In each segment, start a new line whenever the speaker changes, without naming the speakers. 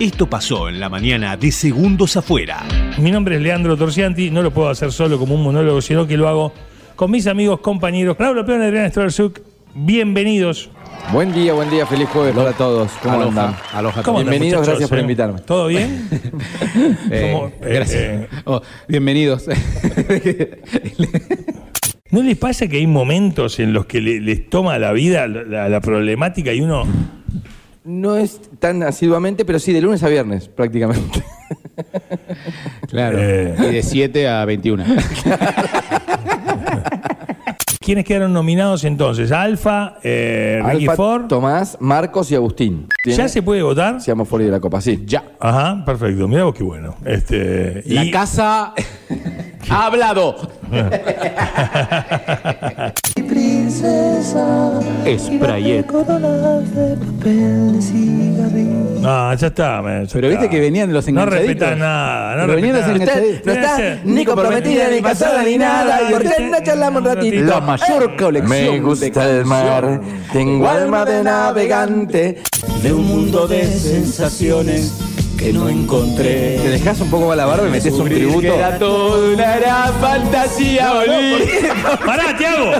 Esto pasó en la mañana de Segundos Afuera.
Mi nombre es Leandro Torcianti, no lo puedo hacer solo como un monólogo, sino que lo hago con mis amigos, compañeros. Pablo Peón, Adrián Stroversuk, bienvenidos.
Buen día, buen día, feliz jueves para todos. ¿Cómo andan?
Aloha.
¿Cómo andan,
Bienvenidos,
muchachos,
gracias por
eh?
invitarme.
¿Todo bien?
Eh,
¿Cómo? Eh,
gracias.
eh.
Oh, bienvenidos.
¿No les pasa que hay momentos en los que le- les toma la vida la, la- la problemática y uno...
No es tan asiduamente, pero sí, de lunes a viernes prácticamente.
claro.
Eh.
Y de 7 a 21.
¿Quiénes quedaron nominados entonces? Alfa, eh, Ricky
Alfa,
Ford.
Tomás, Marcos y Agustín.
¿Ya se puede votar?
Seamos fuera de la copa, sí.
ya.
Ajá, perfecto. Mirá vos qué bueno. Este,
La
y-
casa ha hablado. Es Prayet.
Ah, ya está. me- ya
Pero viste
está.
que venían los
No
enganchaditos.
respetás nada. No
Pero venían
respetás.
los enganchaditos.
No está ni comprometida, ni casada, ni nada. ¿Y por qué no charlamos un ratito?
La mayor colección.
Me
de
gusta el
canciones.
mar, tengo alma de navegante.
de un mundo de sensaciones que no encontré.
Te dejás un poco a la barba y metes un tributo.
Era toda una gran fantasía, volví.
Pará, Tiago.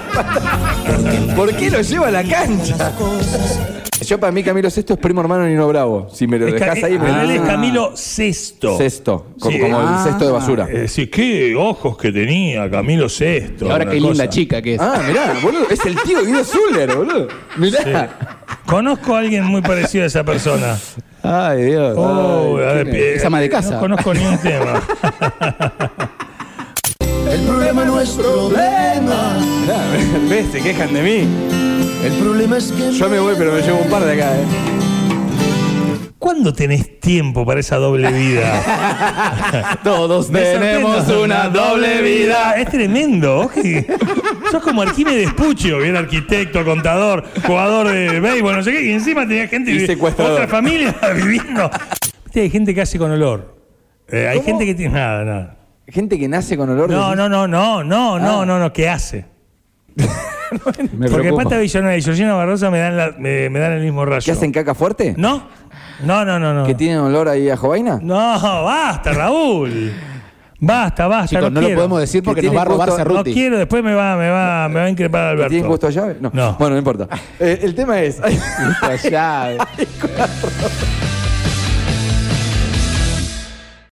¿Por qué lo lleva a la cancha? Yo para mí Camilo Sesto es primo hermano de Nino Bravo. Si me lo
Es Ca-
dejás ahí, me
él es
Ah.
Camilo Sexto.
Cesto, co-
Sí.
como
Ah.
el cesto de basura.
Eh, sí, qué ojos que tenía Camilo Sexto.
Y ahora
una
qué linda
cosa.
chica que es.
Ah, mirá, boludo, es el tío Guido Zuller, boludo. Mirá.
Conozco a alguien muy parecido a esa persona.
Ay, Dios.
Oh, a ver, eh,
Es ama de casa.
No conozco ni un tema.
El problema no es problema,
¿Ves? Se quejan de mí.
el problema es que
Yo me voy, pero me llevo un par de acá, eh.
¿Cuándo tenés tiempo para esa doble vida?
Todos
Me
tenemos
sorprendo.
una doble vida.
Es tremendo. Oji. Sos como Arquímedes Puccio, que era arquitecto, contador, jugador de béisbol, no sé qué. Y encima tenía gente,
Y
de
secuestrador.
otra familia viviendo. Viste, hay gente que hace con olor. Eh, hay gente que tiene... Nada, nada.
Gente que nace con olor.
No,
de-
no, no, no, no, no,
Ah.
no, no, ¿qué hace?
Me
Porque
preocupa.
Pata Villonera y Georgina Barrosa me dan, la- me, me dan el mismo rayo.
¿Que hacen caca fuerte?
¿No? No, no, no, no.
¿Que tienen olor ahí a jovaina?
No, basta, Raúl. Basta, basta.
Chicos, no lo
quiero.
podemos decir
Que
porque nos
tiene
va a robar
gusto-
No
Cerruti.
quiero, después me va, me va, me va a increpar
¿Que
Alberto.
tienen gusto a llave? No.
No.
Bueno, no importa. Eh, el tema es.
Allá.